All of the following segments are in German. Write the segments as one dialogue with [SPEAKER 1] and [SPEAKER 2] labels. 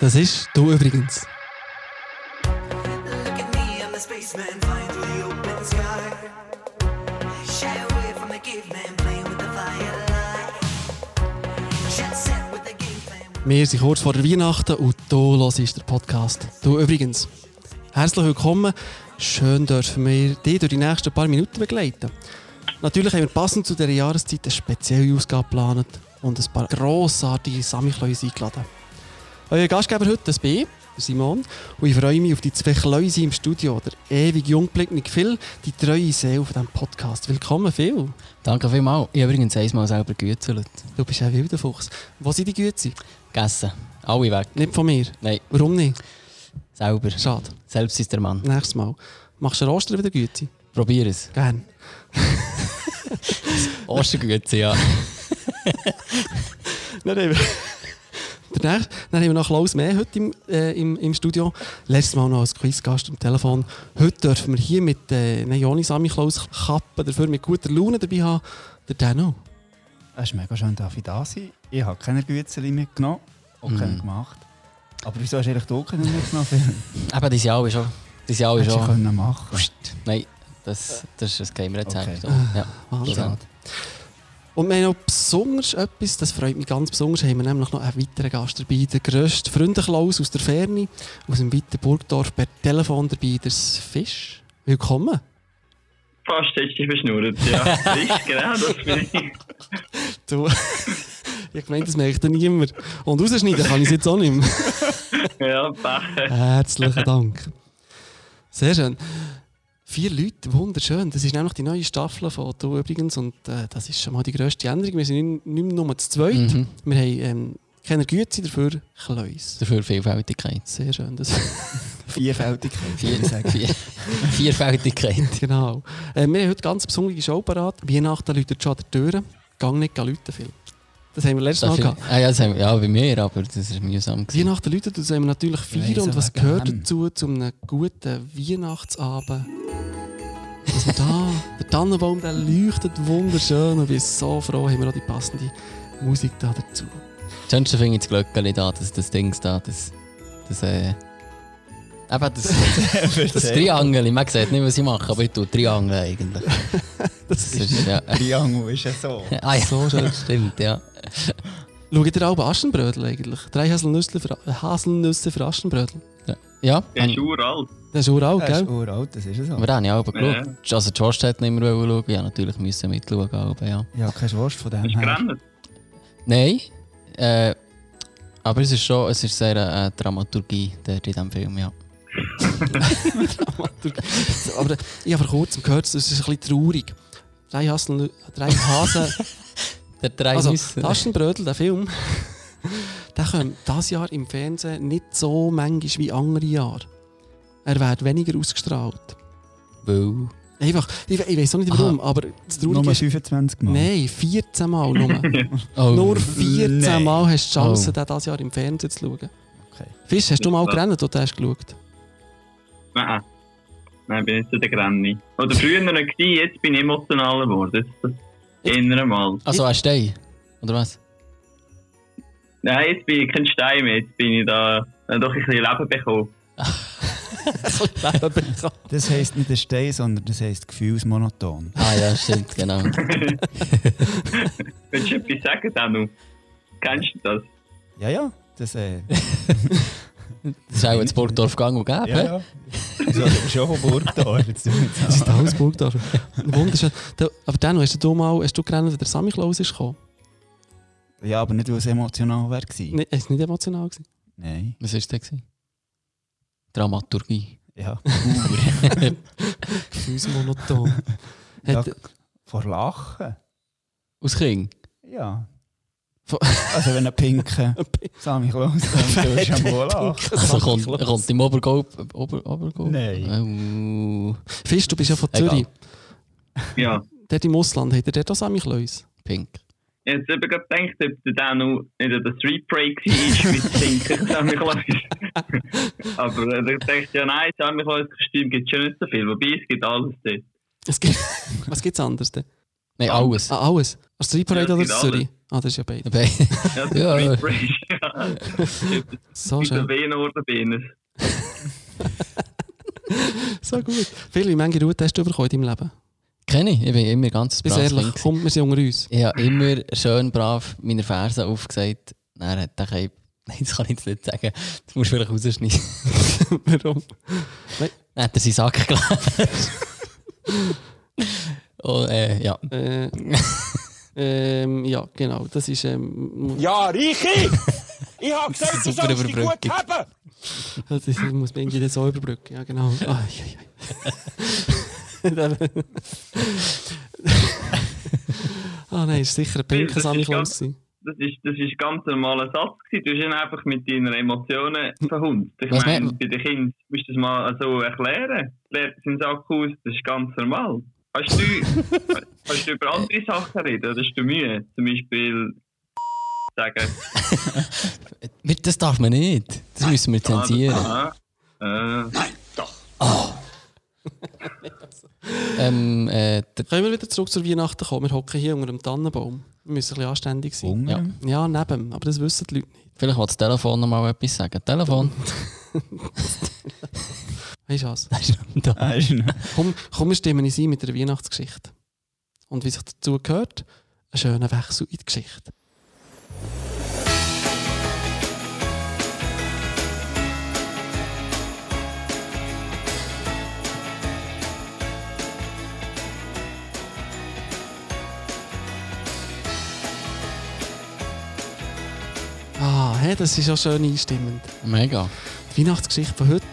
[SPEAKER 1] Das ist du übrigens.
[SPEAKER 2] Look at me, I'm the spaceman flying through the open sky. Shy away from the caveman playing with the firelight. Jet set with the game plan.
[SPEAKER 1] Wir sind kurz vor der Weihnachten und du hörst der Podcast. Du übrigens. Herzlich willkommen. Schön dürfen wir dich durch die nächsten paar Minuten begleiten. Natürlich haben wir passend zu dieser Jahreszeit eine spezielle Ausgabe geplant und ein paar grossartige Samichlöuse eingeladen. Euer Gastgeber heute ist ich, Simon, und ich freue mich auf die zwei Chläuse im Studio, der ewig jungblickende Phil, die treue Seele von diesem Podcast. Willkommen, Phil.
[SPEAKER 3] Danke vielmals. Ich habe übrigens einmal selber gegützelt.
[SPEAKER 1] Du bist ein wilder Fuchs. Wo sind die Güte?
[SPEAKER 3] Gegessen. Alle weg.
[SPEAKER 1] Nicht von mir.
[SPEAKER 3] Nein,
[SPEAKER 1] Warum nicht?
[SPEAKER 3] selber.
[SPEAKER 1] Schade.
[SPEAKER 3] Selbst ist der Mann.
[SPEAKER 1] Nächstes Mal. Machst du an Ostern wieder Güte?
[SPEAKER 3] Probier es.
[SPEAKER 1] Gern.
[SPEAKER 3] Ostergütze, ja.
[SPEAKER 1] Dann haben wir, Danach, dann haben wir noch Klaus mehr heute im, äh, im, im Studio. Letztes Mal noch als Quizgast am Telefon. Heute dürfen wir hier mit äh, Neoni Sami Klaus kappen, dafür mit guter Laune dabei haben. Der Dano.
[SPEAKER 4] Es ist mega schön, dass ich da sein darf. Ich habe keine Gützeli mitgenommen und keine
[SPEAKER 3] Mhm.
[SPEAKER 4] gemacht. Aber wieso hast du eigentlich du keine mitgenommen? Film?
[SPEAKER 3] Eben, die sind alle schon. Die sind alle
[SPEAKER 4] Hättest du
[SPEAKER 3] schon.
[SPEAKER 4] können machen
[SPEAKER 3] Nein, das, das ist ein Geheimrezept.
[SPEAKER 4] Okay.
[SPEAKER 3] Ja.
[SPEAKER 1] Wahnsinn.
[SPEAKER 3] Ja.
[SPEAKER 4] Schade.
[SPEAKER 1] Und wir haben noch besonders etwas, das freut mich ganz besonders, haben wir nämlich noch einen weiteren Gast dabei, den grössten Freundenklaus aus der Ferne, aus dem weiten Burgdorf, per Telefon dabei, der Fisch. Willkommen.
[SPEAKER 5] Fast hättest du dich verschnurrt, ja. Richtig, genau, das bin ich.
[SPEAKER 1] Du. ich meine, das merkt ja niemand. Und rausschneiden kann ich es jetzt auch nicht mehr.
[SPEAKER 5] Ja, Pech.
[SPEAKER 1] Herzlichen Dank. Sehr schön. Vier Leute, wunderschön. Das ist nämlich die neue Staffel von «Du übrigens» und äh, das ist schon mal die grösste Änderung. Wir sind nicht nicht mehr nur zu zweit.
[SPEAKER 3] Mhm.
[SPEAKER 1] Wir haben ähm, keine Güte, dafür Kleus.
[SPEAKER 3] Dafür Vielfältigkeit.
[SPEAKER 1] Sehr schön. Das
[SPEAKER 4] Vielfältigkeit, würde
[SPEAKER 3] Vier,
[SPEAKER 4] ich sagen.
[SPEAKER 3] vier, Vierfältigkeit.
[SPEAKER 1] genau. Äh, wir haben heute ganz besondere Show parat. Weihnachten läutet schon an der Tür. Gang nicht Leute viel. Das haben wir letztes
[SPEAKER 3] Das
[SPEAKER 1] Mal
[SPEAKER 3] ist,
[SPEAKER 1] gehabt.
[SPEAKER 3] ah, ja, das haben, wir- ja, bei mir, aber das war mühsam.
[SPEAKER 1] Die
[SPEAKER 3] gewesen.
[SPEAKER 1] Weihnachten läutet, das haben wir natürlich feiern.
[SPEAKER 4] weiss
[SPEAKER 1] Und was
[SPEAKER 4] aber
[SPEAKER 1] gehört
[SPEAKER 4] gern.
[SPEAKER 1] dazu, zu einem guten Weihnachtsabend? Dass wir da, der Tannenbaum, der leuchtet wunderschön. Und ich bin so froh, haben wir auch die passende Musik da dazu.
[SPEAKER 3] Das Schönste finde ich das Glöckchen da, das, das Ding da, das... das äh, Eben das, das Triangel, man sieht nicht, was ich mache, aber ich tue Triangel eigentlich. Das ist, ja. äh,
[SPEAKER 4] Triangel ist ja so.
[SPEAKER 3] Ah, ja. So schön. Stimmt, ja.
[SPEAKER 1] Schaut ihr auch Aschenbrödel eigentlich? Drei Haselnüsse für, äh, Haselnüsse für Aschenbrödel.
[SPEAKER 3] Ja,
[SPEAKER 5] Der
[SPEAKER 3] hab-
[SPEAKER 5] ist uralt.
[SPEAKER 1] Das ist auch,
[SPEAKER 4] Das
[SPEAKER 1] gell?
[SPEAKER 4] ist uralt, das ist ja
[SPEAKER 3] aber
[SPEAKER 4] so.
[SPEAKER 3] da habe ich auch geschaut. Also, die Horst hat nicht mehr schauen Ja, natürlich müssen wir mitschauen. Aber, ja.
[SPEAKER 4] Ich habe keine Wurst von dem
[SPEAKER 5] Hast du
[SPEAKER 4] her.
[SPEAKER 5] gerannt?
[SPEAKER 3] Nein, äh, aber es ist schon es ist sehr eine äh, Dramaturgie dort in diesem Film. Ja.
[SPEAKER 1] Aber ich habe vor kurzem gehört, das ist ein bisschen traurig. Drei, Haselnü drei Hasen.
[SPEAKER 3] Der drei
[SPEAKER 1] Also,
[SPEAKER 3] Nüsse.
[SPEAKER 1] Taschenbrödel, der Film, der kommt dieses Jahr im Fernsehen nicht so manchmal wie andere Jahre. Er wird weniger ausgestrahlt.
[SPEAKER 3] Weil.
[SPEAKER 1] Einfach, ich, ich weiß auch nicht warum, aber das Traurige
[SPEAKER 4] Nur
[SPEAKER 1] ist...
[SPEAKER 4] 25 Mal.
[SPEAKER 1] Nein, 14 Mal nur.
[SPEAKER 3] Oh,
[SPEAKER 1] nur 14
[SPEAKER 4] Nein.
[SPEAKER 1] Mal hast du die Chance,
[SPEAKER 3] Oh.
[SPEAKER 1] den dieses Jahr im Fernsehen zu schauen.
[SPEAKER 4] Okay.
[SPEAKER 1] Fisch, hast du mal
[SPEAKER 5] Ja.
[SPEAKER 1] gerannt oder hast du geschaut?
[SPEAKER 5] Nein. Nein, ich bin nicht so der Granny. Oder früher noch gewesen, jetzt bin ich emotional geworden. Das erinnere mal.
[SPEAKER 3] Also, ein Stein. Oder was?
[SPEAKER 5] Nein, jetzt bin ich kein Stein mehr, jetzt bin ich da äh, doch ein bisschen Leben bekommen.
[SPEAKER 4] Das heisst nicht ein Stein, sondern das heisst gefühlsmonoton.
[SPEAKER 3] Ah, ja, stimmt, genau.
[SPEAKER 5] Willst du etwas sagen, Danu? Kennst du das?
[SPEAKER 4] Ja, ja. Das, äh,
[SPEAKER 3] Das ist auch ins Burgdorf gegangen und gegeben.
[SPEAKER 4] ja, ja. Also, du bist auch von Burgdorf. Jetzt tun wir jetzt
[SPEAKER 1] Das ist alles Burgdorf. Wunderschön. Da- Aber dann, hast du mal hast du gerannt, wenn der Sammy Klaus ist gekommen?
[SPEAKER 4] auch- Ja, aber nicht, weil es emotional war.
[SPEAKER 1] Nee, ist es nicht emotional gewesen?
[SPEAKER 4] Nein.
[SPEAKER 3] Was war das? gewesen? Dramaturgie.
[SPEAKER 4] Ja.
[SPEAKER 1] Gefühlsmonoton.
[SPEAKER 4] ja.
[SPEAKER 1] Hat,
[SPEAKER 4] Vor Lachen.
[SPEAKER 3] Aus King.
[SPEAKER 4] Ja.
[SPEAKER 1] Von-
[SPEAKER 4] Also wenn ein pinker Sammy Klaus kommt, dann ist am wohl lachen.
[SPEAKER 3] Also, kommt, kommt im Obergolb. Ober, Obergolb? Oh,
[SPEAKER 1] Fisch, du bist ja von
[SPEAKER 3] Egal.
[SPEAKER 1] Zürich.
[SPEAKER 5] Ja.
[SPEAKER 1] Dort im Ausland hat er dort auch Samichlöus.
[SPEAKER 3] pink.
[SPEAKER 5] Ich habe eben gerade gedacht, ob der Danu nicht an der Street Break war mit Zinken Samichlaus. Aber äh, ich dachte, ja nein, Samichlaus-Kostüm gibt es schon nicht so viel. Wobei, es gibt alles dort.
[SPEAKER 1] Es gibt, was gibt es anderes denn?
[SPEAKER 3] Nein, alles.
[SPEAKER 1] Ah, alles. Aus Triparade
[SPEAKER 5] Ja,
[SPEAKER 1] oder
[SPEAKER 5] es
[SPEAKER 1] aus
[SPEAKER 5] gibt
[SPEAKER 1] Zürich? Ah, das ist ja beide.
[SPEAKER 3] Dabei.
[SPEAKER 5] Ja, das
[SPEAKER 3] Ja.
[SPEAKER 5] ist Street Break.
[SPEAKER 1] So
[SPEAKER 5] Ich
[SPEAKER 1] schön.
[SPEAKER 5] bin Wiener oder Bienen.
[SPEAKER 1] So gut. Phil, wie viele Routen hast du bekommen in deinem Leben?
[SPEAKER 3] Kenne ich, ich bin immer ganz
[SPEAKER 1] Bist
[SPEAKER 3] braves
[SPEAKER 1] ehrlich,
[SPEAKER 3] Kind
[SPEAKER 1] kommt, wir sind unter uns.
[SPEAKER 3] Ich habe immer schön brav meine Fersen aufgesagt. Dann hat der Keib... Nein, das kann ich jetzt nicht sagen. Das musst du vielleicht rausschneiden.
[SPEAKER 1] Warum?
[SPEAKER 3] Dann hat er seinen Sack gelesen. Und äh, ja.
[SPEAKER 1] Äh, ähm, ja, genau. Das ist, ähm,
[SPEAKER 6] Ja, Reiche! Ich hab gesagt, du
[SPEAKER 3] Super
[SPEAKER 6] sollst dich gut
[SPEAKER 3] Überbrückung.
[SPEAKER 6] haben!
[SPEAKER 1] das ist, muss man irgendwie so überbrücken. Ja, genau. Ah, ja, ja. ah nein, ist sicher ein
[SPEAKER 5] Das
[SPEAKER 1] pinker
[SPEAKER 5] ist
[SPEAKER 1] Samichlaus.
[SPEAKER 5] Das ist, das ist ganz ein normaler Satz. gewesen. Du hast ihn einfach mit deinen Emotionen verhunzt. Ich
[SPEAKER 3] Was
[SPEAKER 5] meine,
[SPEAKER 3] meint-
[SPEAKER 5] bei den Kindern musst du das mal so erklären. Lernt seinen Sack aus, das ist ganz normal. Hast du, kannst du über andere Sachen reden oder hast du Mühe? Zum Beispiel sagen,
[SPEAKER 3] Mit- Das darf man nicht. Das müssen wir zensieren.
[SPEAKER 5] ah, äh,
[SPEAKER 3] Ähm, äh, der,
[SPEAKER 1] Können wir wieder zurück zur Weihnachten kommen? Wir hocken hier unter dem Tannenbaum. Wir müssen ein bisschen anständig sein.
[SPEAKER 4] Hunger?
[SPEAKER 1] Ja, neben. Aber das wissen die Leute nicht.
[SPEAKER 3] vielleicht will das Telefon noch mal etwas sagen. Telefon,
[SPEAKER 1] Weißt du was?
[SPEAKER 3] das ist noch da.
[SPEAKER 4] Ah, ist noch-
[SPEAKER 1] Komm, komm wir stimmen uns ein mit der Weihnachtsgeschichte. Und wie sich dazu gehört, ein schöner Wechsel in die Geschichte. Ah, hä, das ist ja schön einstimmend.
[SPEAKER 3] Mega.
[SPEAKER 1] Die Weihnachtsgeschichte von heute.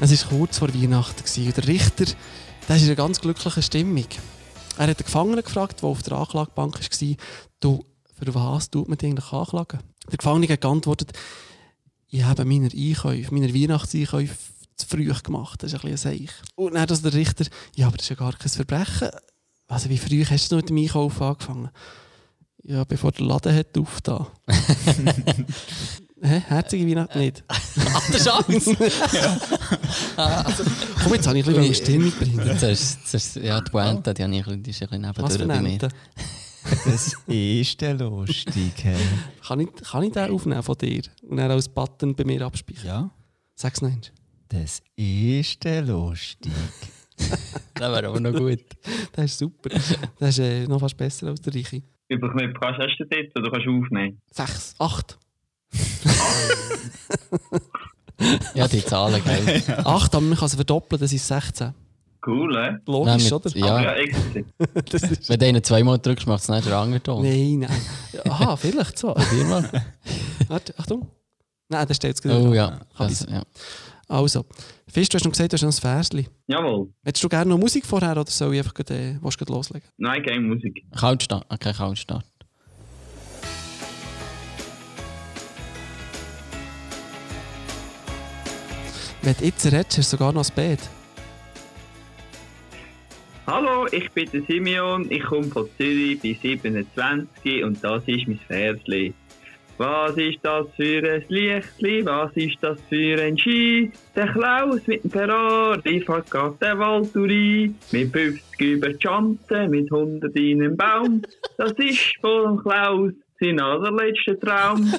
[SPEAKER 1] Es war kurz vor Weihnachten. gewesen. Und der Richter der ist in einer ganz glücklichen Stimmung. Er hat den Gefangenen gefragt, der auf der Anklagebank war, du, für was tut man dich eigentlich anklagen? Der Gefangene hat geantwortet, ich habe meine Einkäufe, meine Weihnachtseinkäufe zu früh gemacht. Das ist ein bisschen ein Seich. Und dann hat der Richter, ja, aber das ist ja gar kein Verbrechen. Also wie früh hast du noch mit dem Einkaufen angefangen? Ja, bevor der Laden hat aufgetan. Hä? Herzige Weihnachten nicht.
[SPEAKER 3] Ach, der Chance!
[SPEAKER 1] Komm, jetzt habe ich ein bisschen Stimmung bringen.
[SPEAKER 3] Das ist, das ist, ja, die Pointe, die, habe ich, ein bisschen- die ist ein
[SPEAKER 1] Was
[SPEAKER 3] bisschen
[SPEAKER 1] für
[SPEAKER 3] nebendurch bei mir.
[SPEAKER 1] einen?
[SPEAKER 4] Das ist der lustig, hey.
[SPEAKER 1] Kann ich, kann ich den aufnehmen von dir und dann als Button bei mir abspeichern?
[SPEAKER 4] Ja,
[SPEAKER 1] Sag's nicht.
[SPEAKER 4] das ist der lustig.
[SPEAKER 3] Das wäre aber noch gut.
[SPEAKER 1] Das ist super. Das ist äh, noch fast besser als der Reiche.
[SPEAKER 5] über Knöpfe kannst hast du dort oder kannst du aufnehmen.
[SPEAKER 1] Sechs, acht.
[SPEAKER 3] Ja, die Zahlen, gell?
[SPEAKER 1] Acht, aber man kann es verdoppeln, das ist 16.
[SPEAKER 5] Cool, eh?
[SPEAKER 1] Logisch,
[SPEAKER 3] Nein, mit-
[SPEAKER 1] oder?
[SPEAKER 3] Ja.
[SPEAKER 5] Ja, explizit.
[SPEAKER 1] Das ist,
[SPEAKER 3] Wenn du einen zweimal drückst, macht es nicht der andere Ton.
[SPEAKER 1] nein, nein. Aha, vielleicht so. Warte, Achtung. Nein, das steht jetzt gerade.
[SPEAKER 3] Oh ja.
[SPEAKER 1] Hab
[SPEAKER 3] Das, ja.
[SPEAKER 1] Also, Fisch, du hast noch gesagt, du hast noch ein Versli.
[SPEAKER 5] Jawohl.
[SPEAKER 1] Hättest du gerne noch Musik vorher oder soll ich einfach grad, äh, willst du grad loslegen?
[SPEAKER 5] Nein, keine Musik.
[SPEAKER 3] Kaltstart. Ah, kein Kaltstart.
[SPEAKER 1] Wenn du jetzt redest, hast du sogar noch das Bett.
[SPEAKER 5] Hallo, ich bin der Simeon, ich komme von Zürich, bin 27 und das ist mein Versli. Was ist das für ein Lichtli, was ist das für ein Ski? Der Klaus mit dem Ferrari fährt gerade den Wald rein. Mit 50 über die Schanze, mit 100 in einem Baum. Das ist von Klaus sein allerletzter Traum.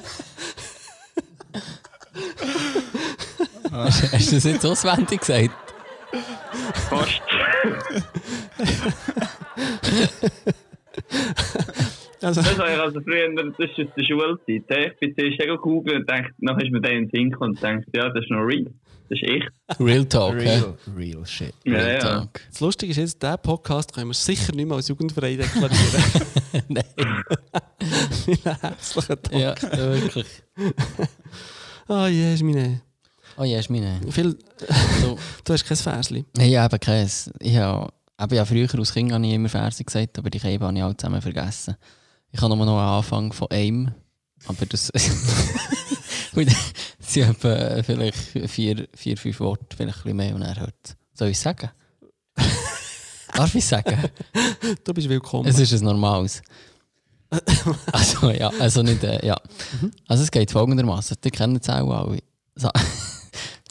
[SPEAKER 3] Hast, hast du das jetzt auswendig gesagt?
[SPEAKER 5] Fast.
[SPEAKER 1] Also,
[SPEAKER 5] Das habe ich also früher, das ist aus der Schulzeit. hä? Ich bin zuerst gegoogelt und dachte, nachher ist mir der in den Sinn gekommen und dachte, ja, das ist noch real. Das ist echt.
[SPEAKER 3] Real Talk, hä?
[SPEAKER 4] Real, real shit.
[SPEAKER 5] Ja,
[SPEAKER 3] Real
[SPEAKER 5] ja.
[SPEAKER 3] Talk.
[SPEAKER 1] das Lustige ist jetzt, diesen Podcast können wir sicher nicht mehr als jugendfrei deklarieren.
[SPEAKER 3] Nein.
[SPEAKER 1] Meinen herzlichen Dank.
[SPEAKER 3] Ja, wirklich.
[SPEAKER 1] Ah, je, ist meine.
[SPEAKER 3] Oh ja, ist meine.
[SPEAKER 1] Phil,
[SPEAKER 3] So.
[SPEAKER 1] du hast kein Versli.
[SPEAKER 3] Ich habe eben Käse. Ich habe, eben, ja, früher als Kind habe ich immer Ferse gesagt, aber die Käse habe ich alle zusammen vergessen. Ich habe nur noch einen Anfang von einem, aber das... Gut, Sie haben äh, vielleicht vier, vier, fünf Worte, vielleicht ein bisschen mehr und er hört. Soll ich es sagen? Darf ich es sagen?
[SPEAKER 1] Du bist willkommen.
[SPEAKER 3] Es ist ein normales. also ja, also nicht, äh, ja. Also es geht folgendermaßen. Die kennen es auch alle. Sa-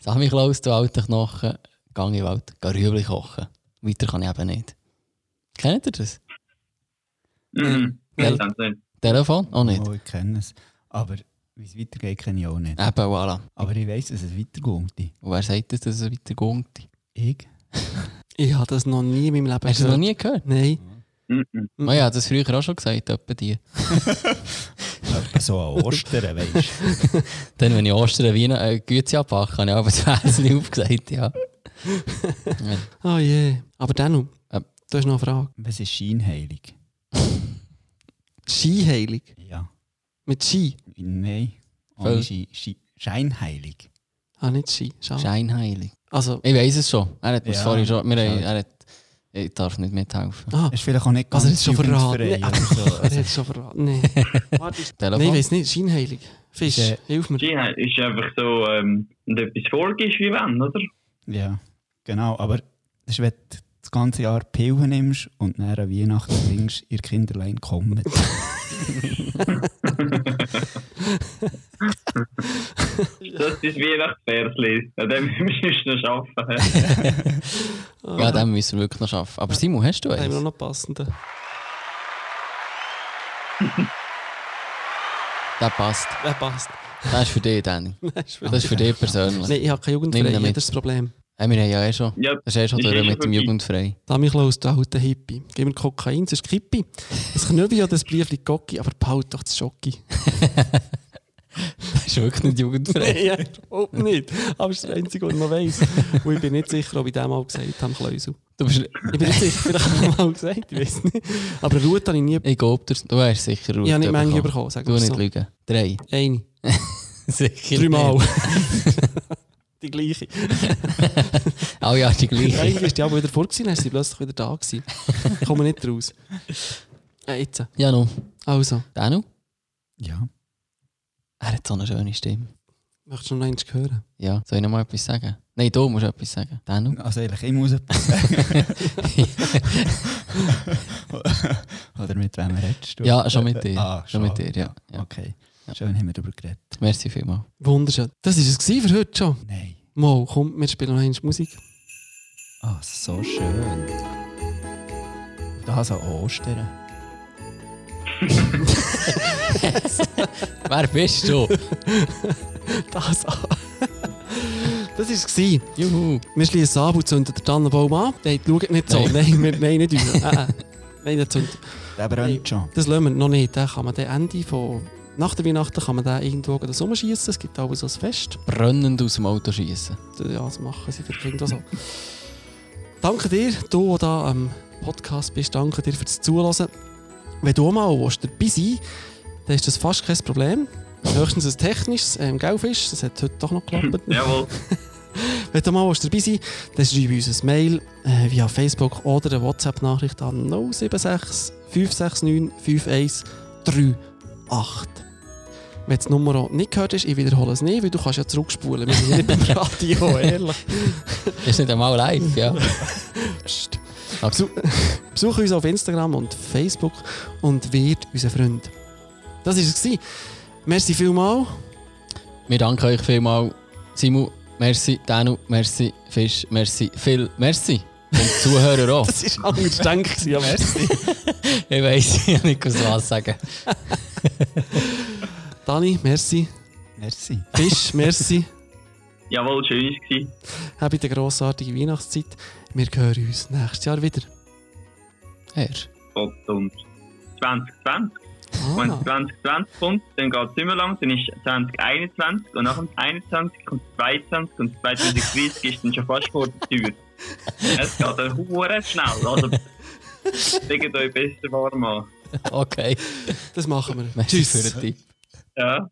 [SPEAKER 3] Sami Klaus, du alter Knochen, gang in den Wald, geh Rüebli kochen. Weiter kann ich eben nicht. Kennt ihr das?
[SPEAKER 5] Mhm.
[SPEAKER 3] Ja.
[SPEAKER 5] Ich kann's nicht.
[SPEAKER 3] Telefon? Auch nicht.
[SPEAKER 4] Oh, ich kenne es. Aber wie es weitergeht, kenne ich auch nicht.
[SPEAKER 3] Eben, voilà.
[SPEAKER 4] Aber ich weiss, dass es weitergeht.
[SPEAKER 3] Und wer sagt das, dass es weitergeht?
[SPEAKER 4] Ich?
[SPEAKER 1] Ich habe das noch nie in meinem Leben
[SPEAKER 3] Hast du das noch nie gehört?
[SPEAKER 1] Nein.
[SPEAKER 5] Mhm.
[SPEAKER 3] Oh ja, das früher auch schon gesagt, etwa die.
[SPEAKER 4] So an Ostern, weißt du.
[SPEAKER 3] Dann, wenn ich Ostern Wien äh, Güte abwache, habe ich aber das Fässchen aufgesagt, ja.
[SPEAKER 1] Oh je. Aber Danu,
[SPEAKER 3] Ähm.
[SPEAKER 1] du hast noch eine Frage.
[SPEAKER 4] Was ist scheinheilig?
[SPEAKER 1] Skiheilig?
[SPEAKER 4] Ja.
[SPEAKER 1] Mit Ski?
[SPEAKER 4] Nein.
[SPEAKER 3] Voll.
[SPEAKER 4] Ohne Schein- Schein- Scheinheilig.
[SPEAKER 1] Ah, nicht Ski. Schade.
[SPEAKER 3] Scheinheilig.
[SPEAKER 1] Also,
[SPEAKER 3] Ich weiß es schon. Er hat mir
[SPEAKER 4] Ja.
[SPEAKER 3] vorhin schon... Wir, haben- er hat, ich darf nicht mithelfen.
[SPEAKER 1] ah,
[SPEAKER 4] Das ist vielleicht auch nicht ganz
[SPEAKER 1] Also, das ist schon
[SPEAKER 4] jugendfrei
[SPEAKER 1] verraten.
[SPEAKER 4] oder so.
[SPEAKER 3] also-
[SPEAKER 1] er hat schon verraten. Nein. Warte, ist-
[SPEAKER 3] Telefon?
[SPEAKER 1] Nein, ich weiß nicht. Scheinheilig. Fisch,
[SPEAKER 4] Ist, äh,
[SPEAKER 1] hilf mir.
[SPEAKER 5] Ja, ist einfach so, ähm, wenn du etwas vorgibst, wie wenn, oder?
[SPEAKER 4] Ja, genau. Aber das ist, wenn du das ganze Jahr Pillen nimmst und dann an Weihnachten singst, ihr Kinderlein kommt.
[SPEAKER 5] Das ist dein Weihnachtsversli. An dem müssen wir noch arbeiten.
[SPEAKER 3] Ja, dem müssen wir wirklich noch arbeiten. Aber Simon, hast du
[SPEAKER 1] Da haben wir
[SPEAKER 3] eins?
[SPEAKER 1] noch passende.
[SPEAKER 3] Der passt.
[SPEAKER 1] Der Äh, passt.
[SPEAKER 3] Das ist für dich, Danny.
[SPEAKER 1] Das ist
[SPEAKER 3] Das ist für dich persönlich.
[SPEAKER 1] Nein, ich habe keine
[SPEAKER 3] Nimm
[SPEAKER 1] Jugendfrei,
[SPEAKER 3] ihn
[SPEAKER 1] das
[SPEAKER 3] mit.
[SPEAKER 1] ist das Problem.
[SPEAKER 3] Hey, wir haben ja eh schon...
[SPEAKER 5] Ja,
[SPEAKER 3] Das ist eh schon
[SPEAKER 5] Ist eh
[SPEAKER 3] durch
[SPEAKER 5] schon
[SPEAKER 3] mit dem
[SPEAKER 5] vorbei.
[SPEAKER 3] Jugendfrei.
[SPEAKER 1] Sammy Klaus, du alter Hippie. Gib mir Kokain, sonst kippe ich. Das Knöpfe ja das Briefli Gocki, aber behalt doch das Schocki.
[SPEAKER 3] Das ist wirklich nicht jugendfrei.
[SPEAKER 1] Nein, ja, überhaupt nicht. Aber das ist das Einzige, was ich noch weiss. Und ich bin nicht sicher, ob ich dem mal gesagt habe, Klausel.
[SPEAKER 3] Du bist...
[SPEAKER 1] Ich bin nicht sicher, vielleicht habe ich mal gesagt, ich weiß nicht. Aber Ruth habe ich nie...
[SPEAKER 3] Ich glaube dir, du hast sicher Ruhe
[SPEAKER 1] Ich habe nicht Menge bekommen, sagen
[SPEAKER 3] Du
[SPEAKER 1] wir es
[SPEAKER 3] nicht
[SPEAKER 1] so.
[SPEAKER 3] lügen. Drei.
[SPEAKER 1] Eine.
[SPEAKER 3] Sicher
[SPEAKER 1] Dreimal. die gleiche.
[SPEAKER 3] Oh ja, die gleiche.
[SPEAKER 1] Eigentlich ist die aber wieder vor, gewesen, dann ist sie plötzlich wieder da. Gewesen. Ich komme nicht raus. Äh, jetzt.
[SPEAKER 3] Ja, nun.
[SPEAKER 1] Also,
[SPEAKER 3] Danu, Ah,
[SPEAKER 4] Ja.
[SPEAKER 3] er hat so eine schöne Stimme.
[SPEAKER 1] möchtest du noch eins hören?
[SPEAKER 3] Ja, soll ich noch mal etwas sagen? Nein, du musst etwas sagen. Danu.
[SPEAKER 4] Also eigentlich, ich muss etwas Oder mit wem redest du?
[SPEAKER 3] Ja, schon mit dir.
[SPEAKER 4] Ah,
[SPEAKER 3] Schon mit dir, ja. ja.
[SPEAKER 4] Okay. Schön haben wir darüber geredet.
[SPEAKER 3] Merci vielmals.
[SPEAKER 1] Wunderschön. Das war es gewesen für heute schon.
[SPEAKER 4] Nein.
[SPEAKER 1] Mal, komm, wir spielen noch eins Musik.
[SPEAKER 4] Ah, so schön. Das an Ostern.
[SPEAKER 3] Wer bist du?
[SPEAKER 1] Das an. Das war es. gewesen.
[SPEAKER 3] Juhu.
[SPEAKER 1] Wir schließen ab und zünden den Tannenbaum an. Nein, schaut nicht so.
[SPEAKER 3] Nein.
[SPEAKER 1] Nein, wir, nein nicht uns. Äh, äh. nein, der zündet.
[SPEAKER 4] Der brennt schon.
[SPEAKER 1] Das lassen wir noch nicht. Den kann man den Ende von nach der Weihnachten kann man den irgendwo gegen den Sommer schießen. Es gibt auch so ein Fest.
[SPEAKER 3] Brennend aus dem Auto schießen.
[SPEAKER 1] Ja, das machen sie für die Kinder so. danke dir, du, der da am Podcast bist. Danke dir fürs Zuhören. Wenn du auch mal willst, dabei sein dann ist das fast kein Problem. Höchstens ein technisches, ähm, Gelfisch. Das hat heute doch noch geklappt.
[SPEAKER 5] Jawohl.
[SPEAKER 1] Wenn du mal willst, dabei sein dann schreibe uns ein Mail äh, via Facebook oder eine WhatsApp-Nachricht an 076 569 5138. Wenn die Nummer auch nicht gehört ist, ich wiederhole es nicht, weil du kannst ja zurückspulen. Wir sind ja nicht beim Radio, ehrlich.
[SPEAKER 3] Ist nicht einmal live, ja.
[SPEAKER 1] Psst. Besuch, besuch uns auf Instagram und Facebook und wird unser Freund. Das war es. gewesen. Merci vielmals.
[SPEAKER 3] Wir danken euch vielmals. Simon, merci. Danu, merci. Fisch, merci. Phil, merci. Und die Zuhörer auch.
[SPEAKER 1] Das war anders denken. gewesen, aber-
[SPEAKER 3] Ich weiss, ich habe nicht gewusst, was sagen.
[SPEAKER 1] Dani, merci.
[SPEAKER 4] Merci.
[SPEAKER 1] Fisch, merci.
[SPEAKER 5] Jawohl, schön war es.
[SPEAKER 1] Habt eine grossartige Weihnachtszeit. Wir hören uns nächstes Jahr wieder.
[SPEAKER 3] Herr.
[SPEAKER 5] Gott und 2020. Wenn
[SPEAKER 1] Ah,
[SPEAKER 5] 2020 kommt, dann geht es immer lang, dann ist 2021 und nach dem 21 kommt 22 und 2030 ist dann schon fast vor der Tür. Es geht dann hure schnell. Also, legt euch besser warm an.
[SPEAKER 3] Okay.
[SPEAKER 1] das machen wir.
[SPEAKER 3] Merci für den Tipp.
[SPEAKER 5] Ja.